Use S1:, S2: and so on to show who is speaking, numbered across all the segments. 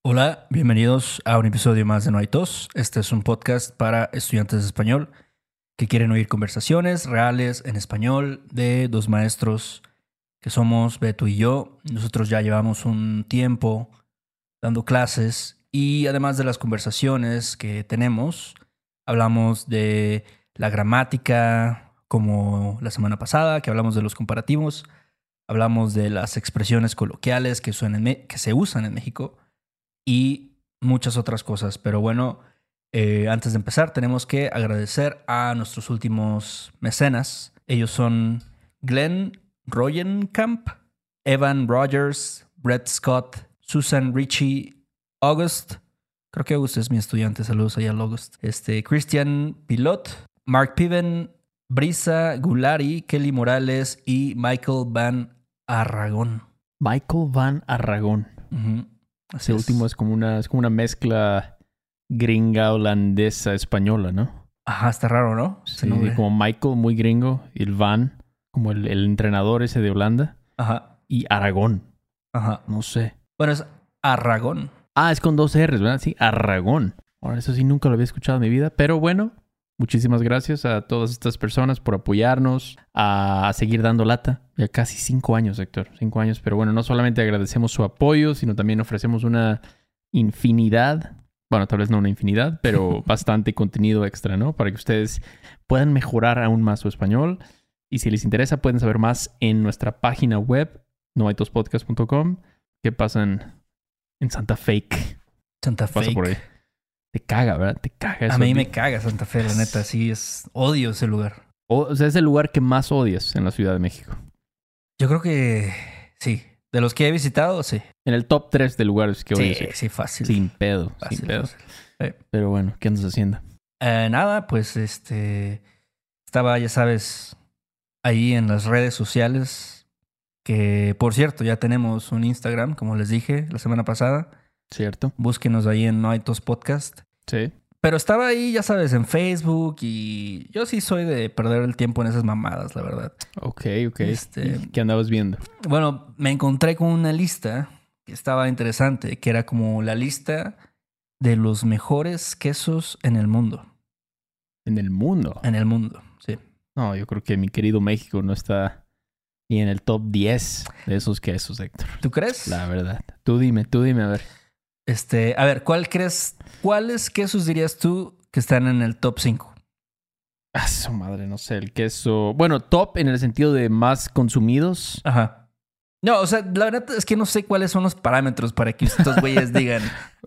S1: Hola, bienvenidos a un episodio más de No hay tos. Este es un podcast para estudiantes de español que quieren oír conversaciones reales en español de dos maestros que somos Beto y yo. Nosotros ya llevamos un tiempo dando clases y además de las conversaciones que tenemos, hablamos de la gramática como la semana pasada, que hablamos de los comparativos, hablamos de las expresiones coloquiales que, suenan, en Me- que se usan en México y muchas otras cosas. Pero bueno, eh, antes de empezar, tenemos que agradecer a nuestros últimos mecenas. Ellos son Glenn Royenkamp, Evan Rogers, Brett Scott, Susan Ritchie, August. Creo que August es mi estudiante. Saludos allá al August. Este, Christian Pilot, Mark Piven, Brisa Gulari, Kelly Morales y Michael Van Arragón.
S2: Michael Van Arragón.
S1: Ujú. Así
S2: Ese
S1: es.
S2: último es como una, es como una mezcla gringa, holandesa, española, ¿no?
S1: Ajá, está raro, ¿no? Ese
S2: Sí,
S1: nombre.
S2: como Michael, muy gringo, y el Van, como el, el entrenador ese de Holanda,
S1: Ajá,
S2: y Aragón,
S1: ajá.
S2: no sé.
S1: Bueno, es Arragón.
S2: Ah, es con dos R's, ¿verdad? Sí, Aragón. Ahora, eso sí, nunca lo había escuchado en mi vida, pero bueno, muchísimas gracias a todas estas personas por apoyarnos, a, a seguir dando lata. Ya casi cinco años, Héctor, cinco años, pero bueno, no solamente agradecemos su apoyo, sino también ofrecemos una infinidad, bueno, tal vez no una infinidad, pero bastante contenido extra, ¿no? Para que ustedes puedan mejorar aún más su español. Y si les interesa, pueden saber más en nuestra página web, noaitospodcast.com, que pasan en Santa Fake.
S1: Santa
S2: Pasa
S1: Fe.
S2: por ahí. Te caga, ¿verdad? Te caga eso.
S1: A mí me caga Santa Fe, la neta. Sí, es odio ese lugar.
S2: O, o sea, es el lugar que más odias en la Ciudad de México.
S1: Yo creo que sí. De los que he visitado, sí.
S2: En el top 3 de lugares que
S1: Sí,
S2: odias. Héctor.
S1: sí, fácil.
S2: Sin pedo,
S1: fácil,
S2: sin pedo.
S1: fácil.
S2: Pero bueno, ¿qué andas haciendo?
S1: Eh, nada, pues este. Estaba, ya sabes, ahí en las redes sociales. Que por cierto, ya tenemos un Instagram, como les dije la semana pasada.
S2: ¿Cierto?
S1: Búsquenos ahí en No Hay Tos Podcast.
S2: Sí.
S1: Pero estaba ahí, ya sabes, en Facebook y yo sí soy de perder el tiempo en esas mamadas, la verdad.
S2: Ok, ok.
S1: Este-
S2: ¿Y ¿Qué andabas viendo?
S1: Bueno, me encontré con una lista que estaba interesante, que era como la lista de los mejores quesos en el mundo.
S2: En el mundo.
S1: En el mundo, sí.
S2: No, yo creo que mi querido México no está ni en el top 10 de esos quesos, Héctor.
S1: ¿Tú crees?
S2: La verdad. Tú dime, tú dime, a ver.
S1: Este, a ver, ¿cuál crees? ¿Cuáles quesos dirías tú que están en el top 5?
S2: Ah, su madre, no sé, el queso. Bueno, top en el sentido de más consumidos.
S1: Ajá. No, o sea, la verdad es que no sé cuáles son los parámetros para que estos güeyes digan,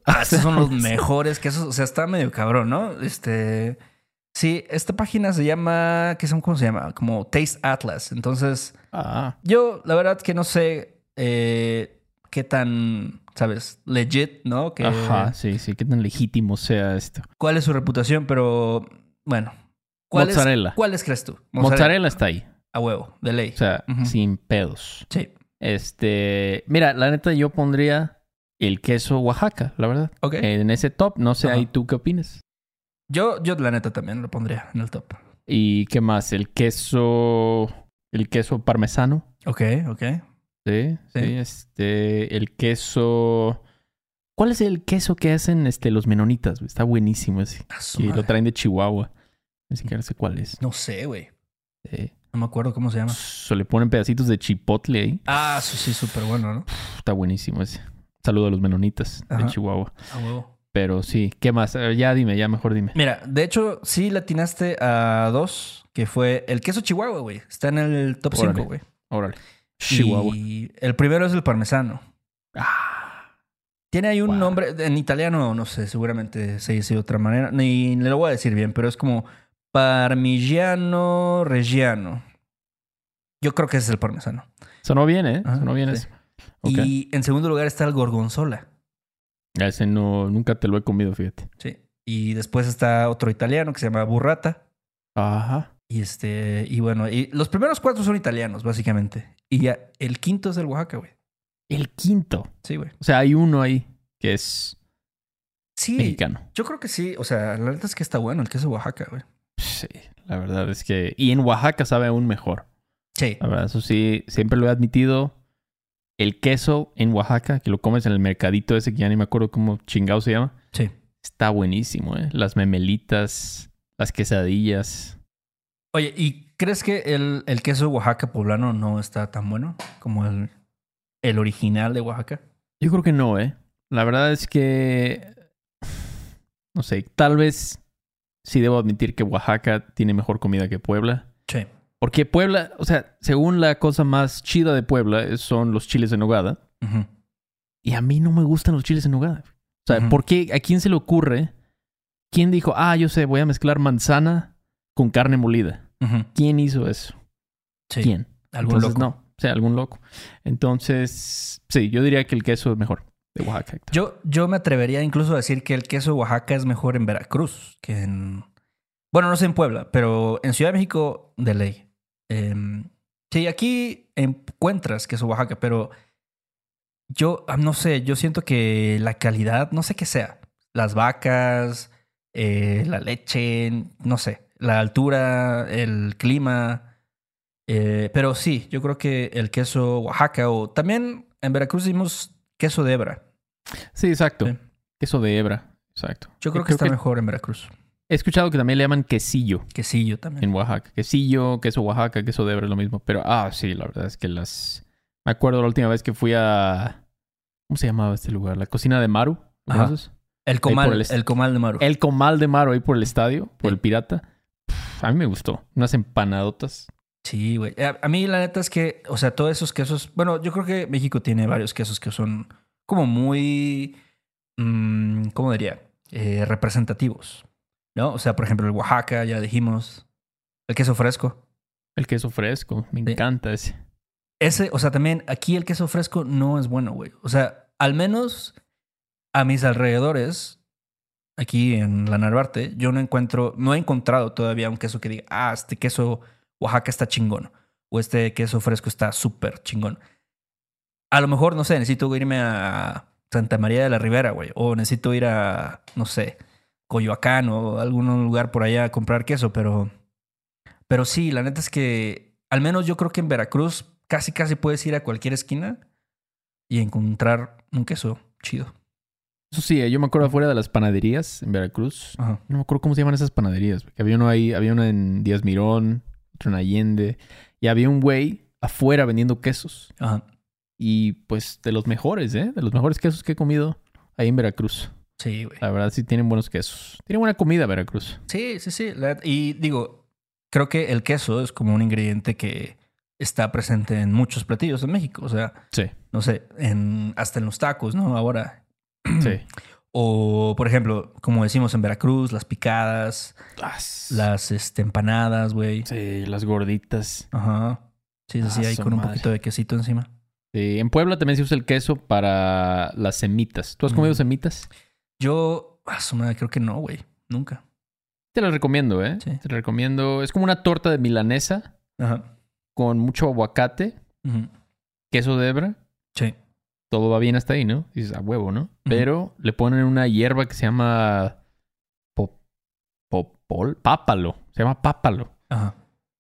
S1: ah, estos son los mejores quesos. O sea, está medio cabrón, ¿no? Este. Sí, esta página se llama. ¿Qué son? ¿Cómo se llama? Como Taste Atlas. Entonces,
S2: Ah,
S1: yo la verdad que no sé eh, qué tan, ¿sabes? Legit, ¿no? Que,
S2: Ajá, sí, sí, qué tan legítimo sea esto.
S1: ¿Cuál es su reputación? Pero, bueno. ¿Cuáles,
S2: Mozzarella.
S1: ¿cuáles crees tú?
S2: Mozzarella está ahí,
S1: A huevo, de ley.
S2: o sea,
S1: Ujú.
S2: sin pedos.
S1: sí.
S2: Este, mira, la neta yo pondría el queso Oaxaca, la verdad.
S1: Ok.
S2: En ese top, no sé
S1: Ajá.
S2: ahí tú qué opinas.
S1: Yo, yo, la neta, también lo pondría en el top.
S2: ¿Y qué más? El queso el queso parmesano,
S1: Ok, ok.
S2: sí, sí,
S1: Sí.
S2: este, el queso ¿Cuál es el queso que hacen este los menonitas? güey? Está buenísimo ese.
S1: A su
S2: Y lo
S1: madre.
S2: traen de Chihuahua. Ni siquiera sé cuál es.
S1: No sé, güey.
S2: Eh,
S1: No me acuerdo cómo se llama.
S2: se le ponen pedacitos de chipotle ahí.
S1: Ah, sí, sí, súper bueno, ¿no?
S2: Está buenísimo ese. Saludo a los menonitas
S1: Ajá.
S2: de Chihuahua.
S1: A huevo.
S2: Pero sí, ¿qué más? Eh, Ya dime, ya mejor dime.
S1: Mira, de hecho, sí latinaste a dos, que fue el queso chihuahua, güey. Está en el top
S2: Órale.
S1: 5, güey.
S2: Órale. Chihuahua.
S1: Y el primero es el parmesano.
S2: Ah,
S1: Tiene ahí un
S2: Guau.
S1: nombre, en italiano, no sé, seguramente se dice de otra manera. Ni le lo voy a decir bien, pero es como parmigiano reggiano. Yo creo que ese es el parmesano.
S2: sonó bien, ¿eh?
S1: Ajá,
S2: sonó
S1: sí.
S2: bien eso. Ok.
S1: Y en segundo lugar está el gorgonzola.
S2: Ese no, nunca te lo he comido, fíjate.
S1: Sí. Y después está otro italiano que se llama burrata.
S2: Ajá.
S1: Y este, y bueno, y los primeros cuatro son italianos, básicamente. Y ya, el quinto es del Oaxaca, güey.
S2: El quinto.
S1: Sí, güey.
S2: O sea, hay uno ahí que es
S1: Sí.
S2: mexicano.
S1: Yo creo que sí. O sea, la verdad es que está bueno el queso Oaxaca, güey.
S2: Sí, la verdad es que... Y en Oaxaca sabe aún mejor.
S1: Sí.
S2: La verdad, eso sí, siempre lo he admitido. El queso en Oaxaca, que lo comes en el mercadito ese que ya ni me acuerdo cómo chingado se llama.
S1: Sí.
S2: Está buenísimo, ¿eh? Las memelitas, las quesadillas.
S1: Oye, ¿y crees que el, el queso Oaxaca poblano no está tan bueno como el, el original de Oaxaca?
S2: Yo creo que no, ¿eh? La verdad es que... No sé, tal vez sí debo admitir que Oaxaca tiene mejor comida que Puebla.
S1: Sí.
S2: Porque Puebla, o sea, según la cosa más chida de Puebla eh, son los chiles en nogada.
S1: Ujú.
S2: Y a mí no me gustan los chiles en nogada. O sea,
S1: Ujú.
S2: ¿por qué? ¿A quién se le ocurre? ¿Quién dijo, ah, yo sé, voy a mezclar manzana con carne molida?
S1: Ujú.
S2: ¿Quién hizo eso?
S1: Sí.
S2: ¿Quién?
S1: Algún
S2: Entonces,
S1: loco.
S2: No, o sea, algún loco. Entonces, sí, yo diría que el queso es mejor de Oaxaca. Héctor.
S1: Yo, yo me atrevería incluso a decir que el queso Oaxaca es mejor en Veracruz que en. Bueno, no sé en Puebla, pero en Ciudad de México, de ley. Em, sí, aquí encuentras queso Oaxaca, pero yo ah, no sé, yo siento que la calidad, no sé qué sea. Las vacas, eh, la leche, no sé, la altura, el clima. eh, pero sí, yo creo que el queso Oaxaca o también en Veracruz decimos queso de hebra.
S2: Sí, exacto.
S1: Sí.
S2: Queso de hebra. Exacto.
S1: Yo Eh, creo que está mejor en Veracruz.
S2: He escuchado que también le llaman quesillo.
S1: Quesillo también.
S2: en Oaxaca. Quesillo, queso Oaxaca, queso de hebra, es lo mismo. Pero, ah, sí, la verdad es que las... Me acuerdo la última vez que fui a... ¿Cómo se llamaba este lugar? La cocina de Maru. ¿lo
S1: Ajá.
S2: conoces?
S1: El comal,
S2: por el
S1: el,
S2: este.
S1: comal de Maru.
S2: El comal de Maru ahí por el estadio, por
S1: Sí.
S2: el pirata. Pff, a mí me gustó. Unas empanadotas.
S1: Sí, güey. Eh, A, a mí la neta es que, o sea, todos esos quesos, bueno, yo creo que México tiene varios quesos que son como muy, mm, ¿cómo diría? Eh, representativos, ¿no? O sea, por ejemplo, el Oaxaca, ya dijimos, el queso fresco.
S2: El queso fresco. Me
S1: Sí.
S2: encanta ese.
S1: Ese, o sea, también aquí el queso fresco no es bueno, güey. O sea, al menos a mis alrededores, aquí en la Narvarte, yo no encuentro, no he encontrado todavía un queso que diga, ah, este queso Oaxaca está chingón. O este queso fresco está súper chingón. A lo mejor, no sé, necesito irme a Santa María de la Ribera, güey. O necesito ir a, no sé, Coyoacán o algún lugar por allá a comprar queso, pero. Pero sí, la neta es que, al menos yo creo que en Veracruz casi casi puedes ir a cualquier esquina y encontrar un queso chido.
S2: Eso sí, eh, yo me acuerdo afuera de las panaderías en Veracruz.
S1: Ajá.
S2: No me acuerdo cómo se llaman esas panaderías. porque había uno ahí, había una en Díaz Mirón, otro en Allende. Y había un güey afuera vendiendo quesos.
S1: Ajá.
S2: Y pues de los mejores, ¿eh? De los mejores quesos que he comido ahí en Veracruz.
S1: Sí, güey.
S2: La verdad sí tienen buenos quesos. Tiene buena comida Veracruz.
S1: Sí, sí, sí. la- y digo, creo que el queso es como un ingrediente que está presente en muchos platillos en México. O sea,
S2: Sí.
S1: no sé, en, hasta en los tacos, ¿no? Ahora.
S2: Sí.
S1: O, por ejemplo, como decimos en Veracruz, las picadas,
S2: Las,
S1: las este, empanadas, güey.
S2: sí, las gorditas.
S1: Ajá. Sí, sí, sí,
S2: Ah,
S1: ahí
S2: su
S1: con un
S2: madre.
S1: poquito de quesito encima.
S2: Sí, en Puebla también se usa el queso para las semitas. ¿Tú has comido
S1: Mm.
S2: semitas?
S1: Yo, a su madre, creo que no, güey. Nunca.
S2: Te las recomiendo, ¿eh?
S1: Sí.
S2: Te las recomiendo. Es como una torta de milanesa
S1: Ajá.
S2: con mucho aguacate,
S1: Ujú.
S2: queso de hebra.
S1: Sí.
S2: Todo va bien hasta ahí, ¿no? Dices, a huevo, ¿no? Pero le ponen una hierba que se llama... pop- popol- Pápalo. Se llama pápalo.
S1: Ajá.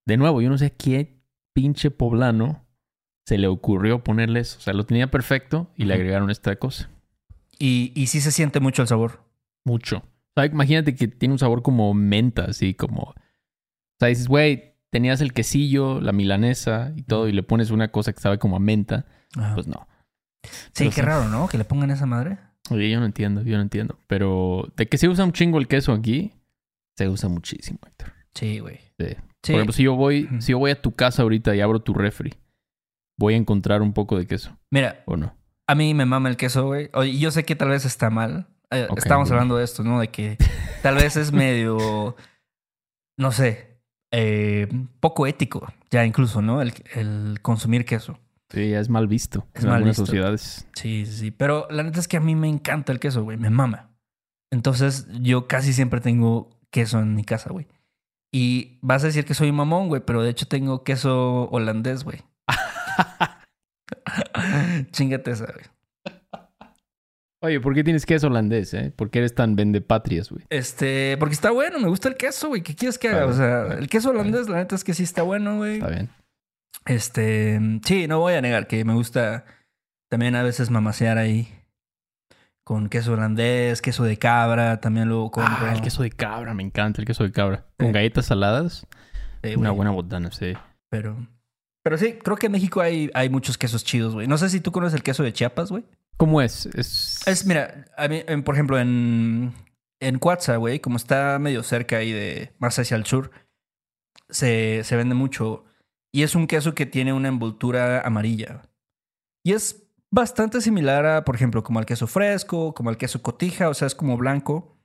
S2: De nuevo, yo no sé qué pinche poblano se le ocurrió ponerle eso. O sea, lo tenía perfecto y le
S1: Ujú.
S2: agregaron esta cosa.
S1: Y, y sí se siente mucho el sabor.
S2: Mucho. O sea, imagínate que tiene un sabor como menta, así como... O sea, dices, güey, tenías el quesillo, la milanesa y todo, y le pones una cosa que sabe como a menta.
S1: Ajá.
S2: Pues no.
S1: sí,
S2: pero
S1: qué
S2: sí.
S1: raro, ¿no? Que le pongan esa madre.
S2: Oye, yo no entiendo, yo no entiendo. Pero de que se usa un chingo el queso aquí, se usa muchísimo, Héctor.
S1: Sí, güey.
S2: Sí.
S1: Sí.
S2: Por ejemplo, si yo voy,
S1: Ujú.
S2: si yo voy a tu casa ahorita y abro tu refri, voy a encontrar un poco de queso,
S1: Mira,
S2: ¿o no?
S1: a mí me mama el queso, güey. Oye, y yo sé que tal vez está mal. Eh,
S2: Ok,
S1: Estábamos
S2: dime.
S1: hablando de esto, ¿no? De que tal vez es medio, no sé, eh, poco ético ya incluso, ¿no? El, el consumir queso.
S2: Sí, ya es mal visto
S1: Es
S2: en
S1: mal
S2: algunas
S1: visto.
S2: sociedades.
S1: Sí, sí, sí. Pero la neta es que a mí me encanta el queso, güey. Me mama. Entonces, yo casi siempre tengo queso en mi casa, güey. Y vas a decir que soy un mamón, güey, pero de hecho tengo queso holandés, güey. Chingate esa, güey.
S2: Oye, ¿por qué tienes queso holandés, eh? ¿Por qué eres tan vendepatrias, güey?
S1: Este, porque está bueno, me gusta el queso, güey. ¿Qué quieres que haga? O
S2: Está bien,
S1: sea,
S2: está bien,
S1: el queso
S2: está bien.
S1: holandés, la neta es que sí está bueno, güey.
S2: Está bien.
S1: Este, sí, no voy a negar que me gusta También a veces mamasear ahí con queso holandés, queso de cabra, también lo compro.
S2: Ah, el queso de cabra, me encanta el queso de cabra. Con galletas saladas,
S1: Sí,
S2: una
S1: eh, güey,
S2: buena botana, sí.
S1: Pero, pero sí, creo que en México hay, hay muchos quesos chidos, güey. No sé si tú conoces el queso de Chiapas, güey.
S2: ¿Cómo es? Es,
S1: Es, mira, a mí, en- por ejemplo, en, en Cuatza, güey, como está medio cerca ahí de más hacia el sur, se, se vende mucho. Y es un queso que tiene una envoltura amarilla. Y es bastante similar a, por ejemplo, como al queso fresco, como al queso cotija, o sea, es como blanco.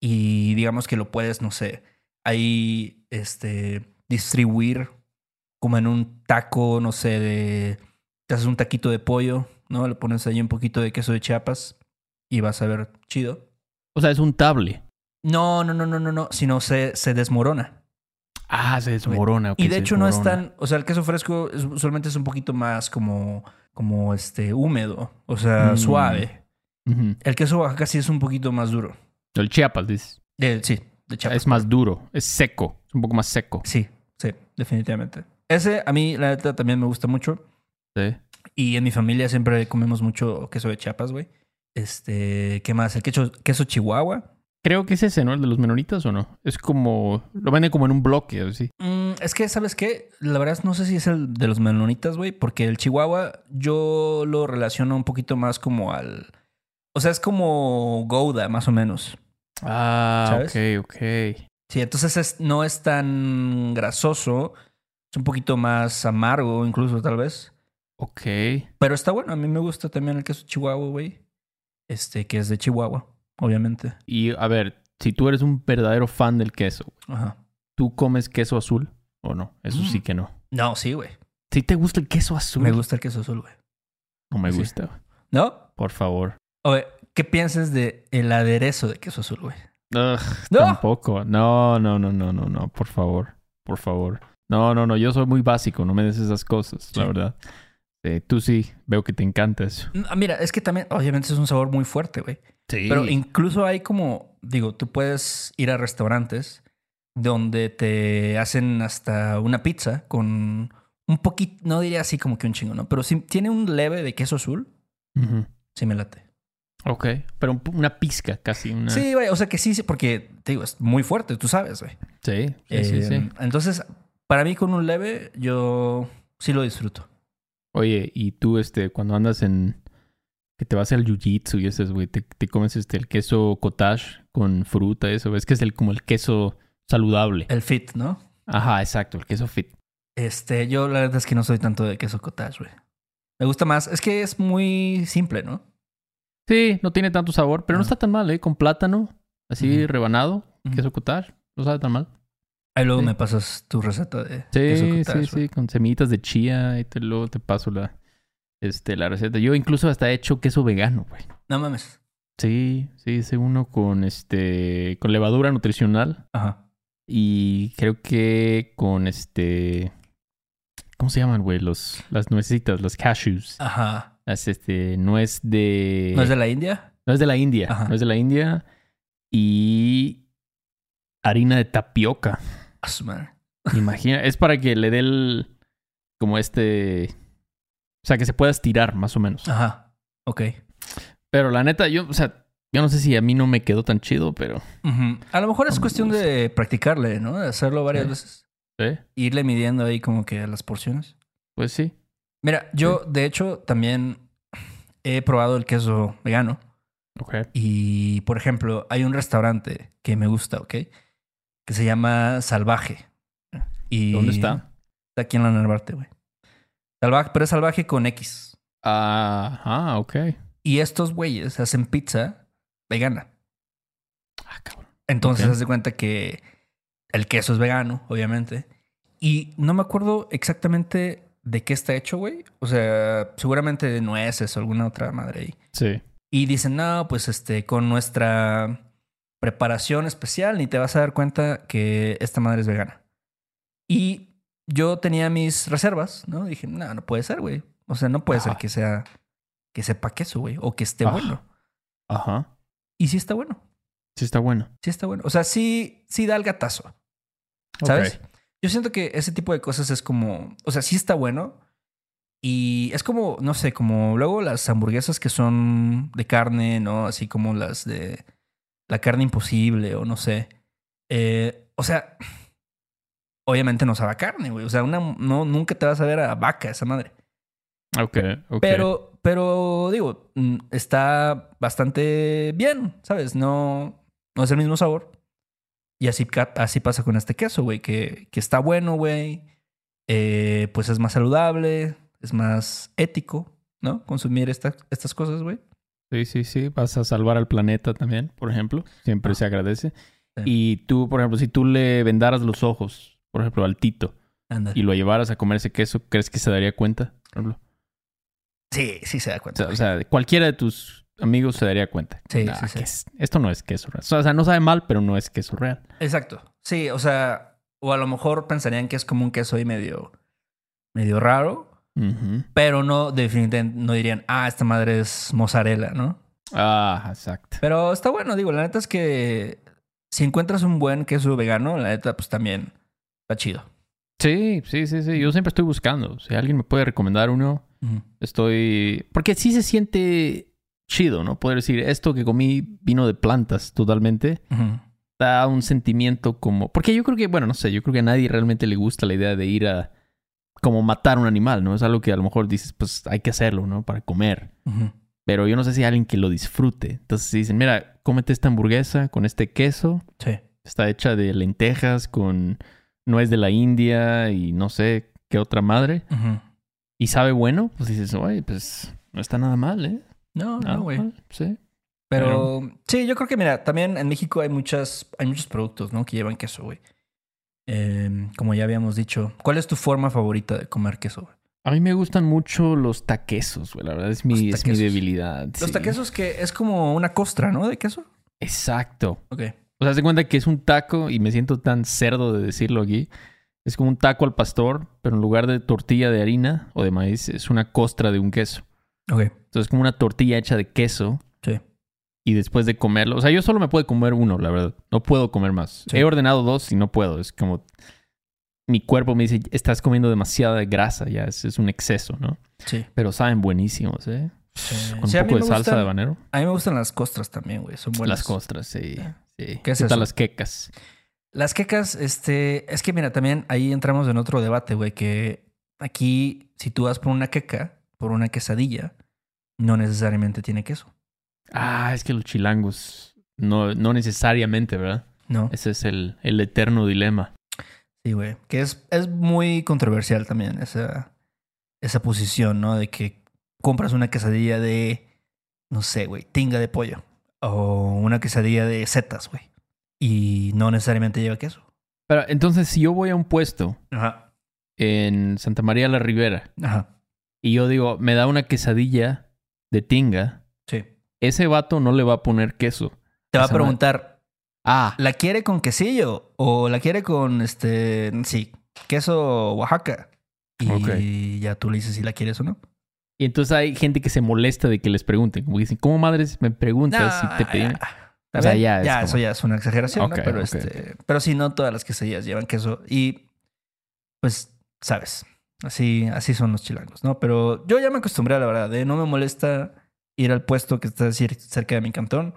S1: Y digamos que lo puedes, no sé, ahí este, distribuir como en un taco, no sé, de te haces un taquito de pollo, ¿no? Le pones ahí un poquito de queso de Chiapas y vas a ver chido.
S2: o sea, es un table.
S1: No, no, no, no, no, no, sino se, se desmorona.
S2: Ah, se desmorona. ok,
S1: Y de
S2: se
S1: hecho no es
S2: desmorona.
S1: tan, o sea, el queso fresco es- usualmente es un poquito más como, como este, húmedo, o sea,
S2: Mm.
S1: suave.
S2: Ujú.
S1: El queso Oaxaca sí es un poquito más duro.
S2: El Chiapas, dices.
S1: De- sí, de Chiapas.
S2: Es más duro, es seco, es un poco más seco.
S1: Sí, sí, definitivamente. Ese a mí, la neta, también me gusta mucho.
S2: Sí.
S1: Y en mi familia siempre comemos mucho queso de Chiapas, güey. Este, ¿qué más? El queso, queso chihuahua.
S2: Creo que es ese, ¿no? El de los menonitas o no. Es como. Lo venden como en un bloque, así.
S1: Mm, es que, ¿sabes qué? La verdad no sé si es el de los melonitas, güey, porque el chihuahua yo lo relaciono un poquito más como al... O sea, es como Gouda, más o menos.
S2: Ah,
S1: ¿Sabes?
S2: ok, ok.
S1: Sí, entonces es- no es tan grasoso, es un poquito más amargo incluso, tal vez.
S2: Ok.
S1: Pero está bueno, a mí me gusta también el queso chihuahua, güey. Este, que es de Chihuahua, obviamente.
S2: Y a ver, si tú eres un verdadero fan del queso,
S1: Ajá.
S2: ¿tú comes queso azul o no? Eso
S1: Mm.
S2: sí que no.
S1: No, sí, güey.
S2: Si te gusta el queso azul.
S1: Me gusta el queso azul, güey.
S2: No me
S1: Sí.
S2: gusta.
S1: ¿No?
S2: Por favor.
S1: Oye, ¿qué piensas de el aderezo de queso azul, güey?
S2: Ugh,
S1: ¡No!
S2: Tampoco. No, no, no, no, no, no. Por favor. Por favor. No, no, no. Yo soy muy básico. No me des esas cosas, la
S1: Sí.
S2: verdad. Eh, tú sí. Veo que te encanta eso.
S1: Ah, Mira, es que también, obviamente, es un sabor muy fuerte, güey.
S2: Sí.
S1: Pero incluso hay como, digo, tú puedes ir a restaurantes donde te hacen hasta una pizza con un poquito, no diría así como que un chingo, ¿no? Pero si tiene un leve de queso azul,
S2: Ujú.
S1: sí me late.
S2: Ok. Pero un- una pizca casi. Una...
S1: Sí, güey, o sea que sí, sí, porque, te digo, es muy fuerte, tú sabes, güey.
S2: Sí. Sí, sí,
S1: Eh,
S2: sí.
S1: Entonces, para mí con un leve, yo sí lo disfruto.
S2: Oye, y tú, este, cuando andas en... Que te vas al jiu-jitsu y esas, güey. Te, te comes, este, el queso cottage con fruta, eso. Es que es el, como el queso saludable.
S1: El fit, ¿no?
S2: Ajá, exacto. El queso fit.
S1: Este, yo la verdad es que no soy tanto de queso cottage, güey. Me gusta más, es que es muy simple, ¿no?
S2: Sí, no tiene tanto sabor, pero no
S1: Ah.
S2: está tan mal, ¿eh? Con plátano, así
S1: Ujú.
S2: rebanado,
S1: Ujú.
S2: queso cottage, no sabe tan mal.
S1: Ahí luego
S2: Sí.
S1: me pasas tu receta de queso
S2: Sí,
S1: cottage.
S2: sí,
S1: güey.
S2: sí, con semillitas de chía y te, luego te paso la, este, la receta. Yo incluso hasta he hecho queso vegano, güey.
S1: No mames.
S2: Sí, sí, hice uno con, este, con levadura nutricional
S1: Ajá.
S2: y creo que con, este, ¿cómo se llaman, güey? Los, las nuecitas, los cashews.
S1: Ajá.
S2: Las, este, nuez de...
S1: ¿No es Ah. de la India?
S2: No es de la India.
S1: Ajá.
S2: No es de la India. Y harina de tapioca.
S1: A su madre.
S2: Imagina. es para que le dé el. Como este. O sea, que se pueda estirar, más o menos.
S1: Ajá. Ok.
S2: Pero la neta, yo, o sea, yo no sé si a mí no me quedó tan chido, pero.
S1: Ujú. A lo mejor es
S2: No me
S1: cuestión
S2: gusta.
S1: de practicarle, ¿no? De hacerlo varias
S2: Sí.
S1: veces.
S2: ¿eh?
S1: Irle midiendo ahí como que las porciones.
S2: Pues sí.
S1: Mira, yo de hecho también he probado el queso vegano.
S2: Ok.
S1: Y, por ejemplo, hay un restaurante que me gusta, ¿ok? Que se llama Salvaje. Y
S2: ¿Dónde está?
S1: Está aquí en la Narvarte, güey. Salvaje, pero es salvaje con X.
S2: Ajá, ok.
S1: Y estos güeyes hacen pizza vegana.
S2: Ah, cabrón.
S1: Entonces,
S2: Ok.
S1: haz de cuenta que el queso es vegano, obviamente. Y no me acuerdo exactamente de qué está hecho, güey. O sea, seguramente de nueces o alguna otra madre ahí.
S2: Sí.
S1: Y dicen, no, pues este, con nuestra preparación especial, ni te vas a dar cuenta que esta madre es vegana. Y yo tenía mis reservas, ¿no? Dije, no, no puede ser, güey. O sea, no puede ser
S2: Ajá.
S1: que sea, que sepa queso, güey, o que esté
S2: Ajá.
S1: bueno.
S2: Ajá.
S1: Y sí está bueno,
S2: Sí, está bueno.
S1: sí está bueno. O sea, sí, sí da el gatazo,
S2: Ok.
S1: ¿sabes? Yo siento que ese tipo de cosas es como, o sea, sí está bueno, Y es como, no sé, como luego las hamburguesas que son de carne, ¿no? Así como las de la carne imposible o no sé. Eh, o sea, obviamente no sabe a carne, güey. O sea, una, no, nunca te vas a ver a vaca esa madre.
S2: Ok, ok.
S1: Pero, pero digo, mm, está bastante bien, ¿sabes? No, no es el mismo sabor. Y así, ca- así pasa con este queso, güey, que, que está bueno, güey. Eh, pues es más saludable, es más ético, ¿no? Consumir esta- estas cosas, güey.
S2: Sí, sí, sí. Vas a salvar al planeta también, por ejemplo. Siempre se agradece.
S1: Sí.
S2: Y tú, por ejemplo, si tú le vendaras los ojos, por ejemplo, al Tito,
S1: Anda.
S2: y lo llevaras a comer ese queso, ¿crees que se daría cuenta? Por ejemplo?
S1: Sí, sí se da
S2: O
S1: cuenta.
S2: sea, o sea, cualquiera de tus amigos se daría cuenta.
S1: Sí,
S2: Nah,
S1: sí, sí.
S2: que es- esto no es queso real. O sea, no sabe mal, pero no es queso real.
S1: Exacto. Sí, o sea, o a lo mejor pensarían que es como un queso y medio, medio raro,
S2: Ujú.
S1: pero no, definitivamente no dirían, ah, esta madre es mozzarella, ¿no?
S2: Ah, exacto.
S1: Pero está bueno, digo, la neta es que si encuentras un buen queso vegano, la neta, pues también está chido.
S2: Sí, sí, sí, sí. Yo siempre estoy buscando. Si alguien me puede recomendar uno, estoy... Porque sí se siente chido, ¿no? Poder decir, esto que comí vino de plantas totalmente.
S1: Ujú.
S2: da un sentimiento como. Porque yo creo que, bueno, no sé, yo creo que a nadie realmente le gusta la idea de ir a. como matar un animal, ¿no? Es algo que a lo mejor dices, pues hay que hacerlo, ¿no? Para comer.
S1: Ujú.
S2: Pero yo no sé si hay alguien que lo disfrute. Entonces si dicen, mira, cómete esta hamburguesa con este queso.
S1: Sí.
S2: Está hecha de lentejas con nuez de la India y no sé qué otra madre.
S1: Ujú.
S2: Y sabe bueno, pues dices, oye, pues no está nada mal, ¿eh?
S1: No,
S2: Nada
S1: no, güey.
S2: mal, sí.
S1: Pero sí, yo creo que, mira, también en México hay muchas, hay muchos productos, ¿no? Que llevan queso, güey. Eh, como ya habíamos dicho, ¿cuál es tu forma favorita de comer queso? güey?
S2: A mí me gustan mucho los taquesos, güey. La verdad es mi,
S1: Los
S2: es mi
S1: taquesos.
S2: debilidad.
S1: Los
S2: sí.
S1: taquesos que es como una costra, ¿no? De queso.
S2: Exacto.
S1: Ok.
S2: O sea, se cuenta que es un taco y me siento tan cerdo de decirlo aquí. Es como un taco al pastor, pero en lugar de tortilla de harina o de maíz, es una costra de un queso.
S1: Ok.
S2: Entonces, es como una tortilla hecha de queso
S1: Sí.
S2: y después de comerlo. O sea, yo solo me puedo comer uno, la verdad. No puedo comer más.
S1: Sí.
S2: He ordenado dos y no puedo. Es como. Mi cuerpo me dice, estás comiendo demasiada grasa, ya es, es un exceso, ¿no?
S1: Sí.
S2: Pero saben buenísimos, ¿eh?
S1: Sí.
S2: Con
S1: Sí, a
S2: un
S1: mí
S2: poco de
S1: me
S2: salsa
S1: gustan-
S2: de habanero.
S1: A mí me gustan las costras también, güey. Son buenas. Eh,
S2: Las costras, sí. sí.
S1: ¿Qué es
S2: tal
S1: eso?
S2: las quecas?
S1: Las quecas, este, es que mira, también ahí entramos en otro debate, güey, que aquí si tú vas por una queca, por una quesadilla, no necesariamente tiene queso,
S2: Ah, es que los chilangos. No, no necesariamente, ¿verdad?
S1: ¿no?
S2: Ese es el, el eterno dilema.
S1: Sí, güey, que es, es muy controversial también esa, esa posición, ¿no? De que compras una quesadilla de, no sé, güey, tinga de pollo o una quesadilla de setas, güey, y no necesariamente lleva queso.
S2: Pero entonces, si yo voy a un puesto
S1: Ajá,
S2: en Santa María la Ribera
S1: ajá,
S2: y yo digo, me da una quesadilla de tinga,
S1: sí.
S2: ese vato no le va a poner queso.
S1: Te va a
S2: Esa madre.
S1: preguntar,
S2: Ah,
S1: ¿La quiere con quesillo? ¿O la quiere con este, sí, queso Oaxaca? Y ya tú le dices si la quieres o no.
S2: y entonces hay gente que se molesta de que les pregunten. Como que dicen, ¿cómo madres me preguntas
S1: Nah,
S2: si te pedí?
S1: Ah, ya.
S2: O sea,
S1: También,
S2: ya
S1: ya,
S2: es como-
S1: eso ya es una exageración, ¿no?
S2: Ok,
S1: Pero,
S2: ok,
S1: este, pero sí, no todas las quesadillas llevan queso. Y pues, sabes, así, así son los chilangos, ¿no? Pero yo ya me acostumbré, la verdad, de no me molesta ir al puesto que está cer- cerca de mi cantón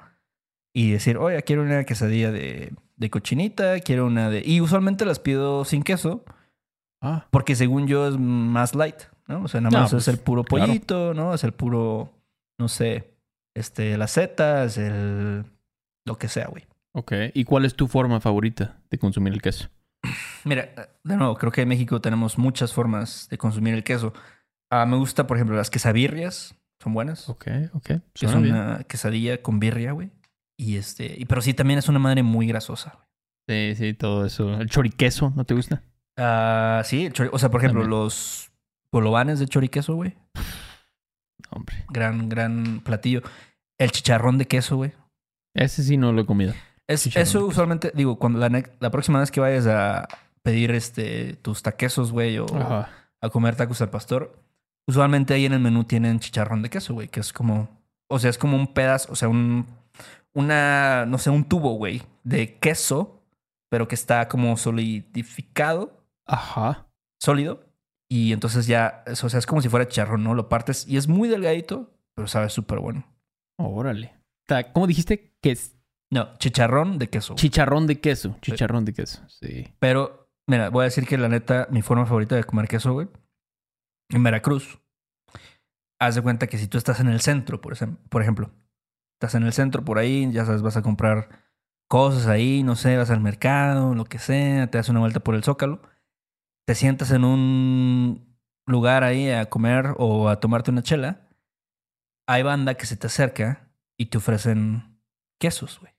S1: y decir, oye, quiero una quesadilla de, de cochinita, quiero una de... Y usualmente las pido sin queso,
S2: Ah,
S1: Porque según yo es más light, ¿no? O sea, nada
S2: No,
S1: más es
S2: pues,
S1: el puro
S2: claro.
S1: pollito, ¿no? Es el puro, no sé, este, las setas, el. lo que sea, güey.
S2: ok. ¿Y cuál es tu forma favorita de consumir el queso?
S1: Mira, de nuevo, creo que en México tenemos muchas formas de consumir el queso. Ah, me gusta, por ejemplo, las quesabirrias, son buenas.
S2: Ok, ok.
S1: que es
S2: Suena bien.
S1: una quesadilla con birria, güey. Y este, y, pero sí también es una madre muy grasosa. güey.
S2: Sí, sí, todo eso. ¿El choriqueso no te gusta?
S1: Ah, sí, el chori- o sea, por ejemplo,
S2: También.
S1: los bolovanes de choriqueso, güey.
S2: Hombre.
S1: Gran, gran platillo. El chicharrón de queso, güey.
S2: Ese sí no lo he comido.
S1: Es-
S2: Chicharrón de
S1: eso
S2: queso.
S1: usualmente, digo, cuando la, ne- la próxima vez que vayas a pedir este tus taquesos, güey, o
S2: Ajá.
S1: a comer tacos al pastor, usualmente ahí en el menú tienen chicharrón de queso, güey, que es como, o sea, es como un pedazo, o sea, un, una, no sé, un tubo, güey, de queso, pero que está como solidificado,
S2: Ajá.
S1: sólido, Y entonces ya, es- o sea, es como si fuera charro, ¿no? Lo partes y es muy delgadito, pero sabe súper bueno.
S2: Órale. Ta- ¿Cómo dijiste? Que es
S1: No, chicharrón de queso.
S2: chicharrón de
S1: Eh.
S2: queso. Chicharrón de queso. Sí.
S1: Pero, mira, voy a decir que la neta, mi forma favorita de comer queso, güey, en Veracruz, haz de cuenta que si tú estás en el centro, por, ejem- por ejemplo, estás en el centro por ahí, ya sabes, vas a comprar cosas ahí, no sé, vas al mercado, lo que sea, te das una vuelta por el zócalo, te sientas en un lugar ahí a comer o a tomarte una chela, hay banda que se te acerca y te ofrecen quesos, güey.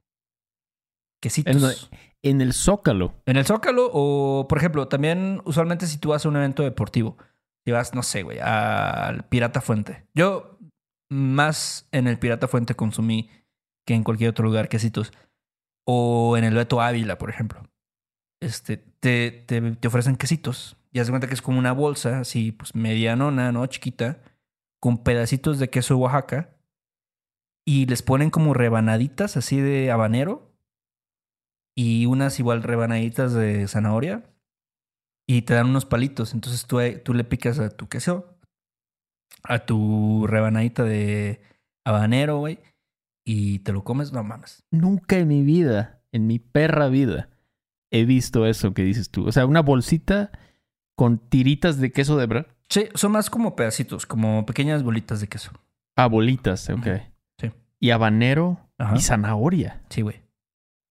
S1: Quesitos.
S2: En el Zócalo.
S1: En el Zócalo o, por ejemplo, también usualmente si tú vas a un evento deportivo, si vas, no sé, güey, al Pirata Fuente. Yo más en el Pirata Fuente consumí que en cualquier otro lugar, quesitos. O en el Beto Ávila, por ejemplo. Este, te, te, te ofrecen quesitos. Y haz de cuenta que es como una bolsa, así, pues medianona, ¿no? Chiquita, con pedacitos de queso Oaxaca. Y les ponen como rebanaditas así de habanero y unas igual rebanaditas de zanahoria y te dan unos palitos. Entonces tú, tú le picas a tu queso, a tu rebanadita de habanero, güey, y te lo comes, no mames.
S2: Nunca en mi vida, en mi perra vida, he visto eso que dices tú. O sea, una bolsita con tiritas de queso de bra.
S1: Sí, son más como pedacitos, como pequeñas bolitas de queso.
S2: Ah, bolitas, ok.
S1: Ujú. Sí.
S2: Y habanero
S1: Ajá.
S2: y zanahoria.
S1: Sí, güey.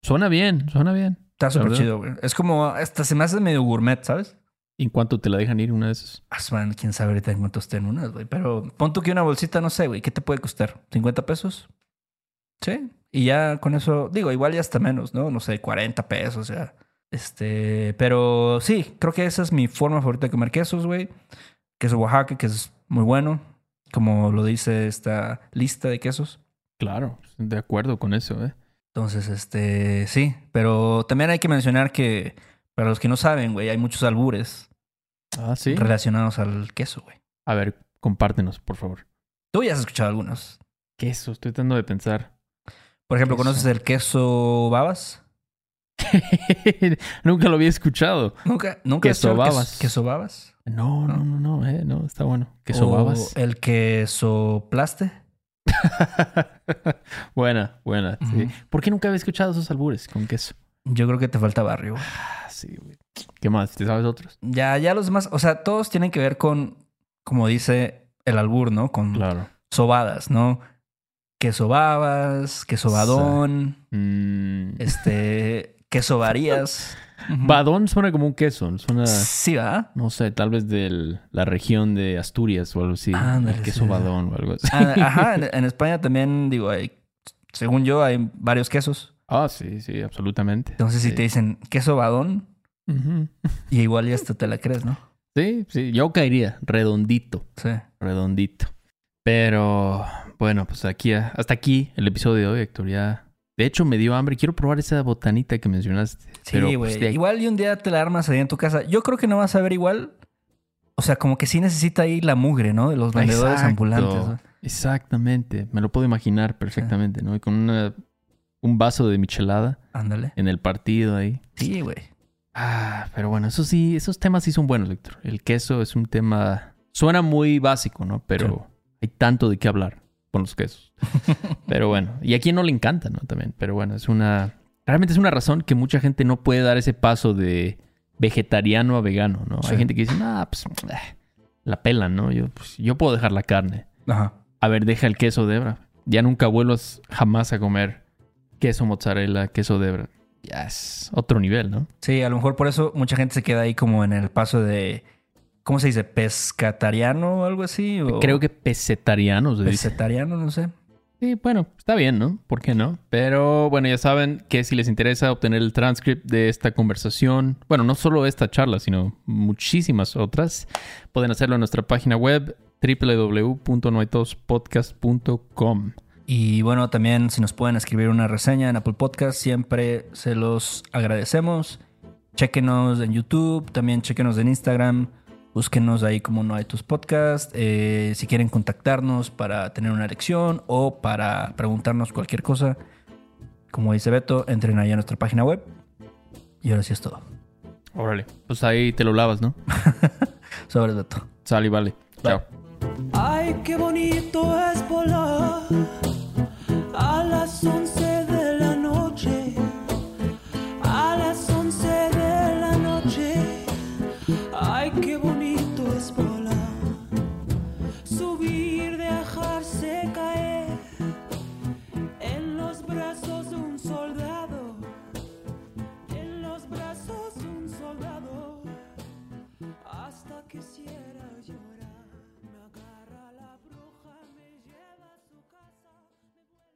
S2: Suena bien, suena bien.
S1: Está súper
S2: verdad.
S1: chido, güey. Es como, hasta se me hace medio gourmet, ¿sabes?
S2: ¿Y en cuánto te la dejan ir una de esas?
S1: Ah, su madre, quién sabe ahorita en cuánto estén unas, güey. Pero pon tú que una bolsita, no sé, güey, ¿qué te puede costar? ¿50 pesos? Sí. Y ya con eso, digo, igual ya hasta menos, ¿no? No sé, 40 pesos, ya. Este, pero sí, creo que esa es mi forma favorita de comer quesos, güey. Queso Oaxaca, que es muy bueno, como lo dice esta lista de quesos.
S2: Claro, de acuerdo con eso, ¿eh?
S1: Entonces, este, sí, pero también hay que mencionar que, para los que no saben, güey, hay muchos albures
S2: Ah, sí.
S1: relacionados al queso, güey.
S2: A ver, compártenos, por favor.
S1: Tú ya has escuchado algunos.
S2: Queso, estoy tratando de pensar.
S1: Por ejemplo,
S2: Queso.
S1: ¿conoces el queso babas?
S2: Nunca lo había escuchado.
S1: Nunca, nunca has
S2: Queso
S1: hecho el ques-
S2: babas.
S1: queso babas.
S2: No, no, no, no, eh, no, está bueno. Queso
S1: O
S2: babas.
S1: El queso plaste.
S2: buena, buena.
S1: Ujú.
S2: sí. ¿Por qué nunca había escuchado esos albures con queso?
S1: Yo creo que te falta barrio. güey.
S2: Ah, sí, güey. ¿Qué más? ¿Te sabes otros?
S1: Ya, ya los demás, o sea, todos tienen que ver con, como dice el albur, ¿no? Con
S2: Claro.
S1: sobadas, ¿no? Queso babas, queso
S2: Sí.
S1: badón,
S2: Mm,
S1: este, queso varías. Ujú.
S2: Badón suena como un queso. Suena,
S1: Sí, ¿verdad?
S2: no sé, tal vez de la región de Asturias o algo así.
S1: Ándale,
S2: el
S1: sí,
S2: queso
S1: sí.
S2: badón o algo así.
S1: Ah, Ajá, en, en España también, digo, hay- según yo, hay varios quesos.
S2: Ah, sí, sí, absolutamente.
S1: Entonces, si
S2: Sí.
S1: te dicen queso badón,
S2: Ujú.
S1: Y igual ya hasta te la crees, ¿no?
S2: Sí, sí, yo caería redondito,
S1: Sí.
S2: redondito. Pero bueno, pues aquí hasta aquí el episodio de hoy, Héctor. Ya, de hecho, me dio hambre. Quiero probar esa botanita que mencionaste. Pero,
S1: Sí,
S2: pues,
S1: güey.
S2: de-
S1: Igual y un día te la armas ahí en tu casa. Yo creo que no vas a ver igual. O sea, como que sí necesita ahí la mugre, ¿no? De los vendedores
S2: Exacto.
S1: ambulantes. ¿no?
S2: Exactamente, me lo puedo imaginar perfectamente,
S1: Ah.
S2: ¿no? Y con una- un vaso de michelada
S1: Ándale.
S2: en el partido ahí.
S1: Sí, güey.
S2: Ah, pero bueno, eso sí, esos temas sí son buenos, Héctor. El queso es un tema. Suena muy básico, ¿no? Pero
S1: Sí.
S2: hay tanto de qué hablar con los quesos. pero bueno, y a quien no le encanta, ¿no? También. Pero bueno, es una. Realmente es una razón que mucha gente no puede dar ese paso de vegetariano a vegano, ¿no?
S1: Sí.
S2: Hay gente que dice, ah, pues eh, la pelan, ¿no? Yo, pues, yo puedo dejar la carne.
S1: Ajá.
S2: A ver, deja el queso Debra. Ya nunca vuelvas jamás a comer queso mozzarella, queso Debra. Ya es otro nivel, ¿no?
S1: Sí, a lo mejor por eso mucha gente se queda ahí como en el paso de. ¿Cómo se dice? ¿Pescatariano o algo así? O
S2: Creo que pesetarianos se dice.
S1: Pescetariano, no sé.
S2: Sí, bueno, está bien, ¿no? ¿Por qué no? Pero bueno, ya saben que si les interesa obtener el transcript de esta conversación, bueno, no solo esta charla, sino muchísimas otras, pueden hacerlo en nuestra página web www.noaitospodcast.com.
S1: Y bueno, también si nos pueden escribir una reseña en Apple Podcast, siempre se los agradecemos. Chequenos en YouTube, también chequenos en Instagram, búsquenos ahí como No hay tus podcasts. Eh, si quieren contactarnos para tener una lección o para preguntarnos cualquier cosa, como dice Beto, entren ahí a nuestra página web. Y ahora sí es todo.
S2: Órale. Pues ahí te lo lavas, ¿no?
S3: Sobres, Beto.
S2: Sale y vale. Chao.
S4: Ay, qué bonito es volar a las 11 de la noche. A las 11 de la noche. Ay, qué bonito es volar. Subir, dejarse caer en los brazos de un soldado. En los brazos de un soldado. Hasta quisiera llorar, me agarra la bruja, me lleva a su casa, me vuelve.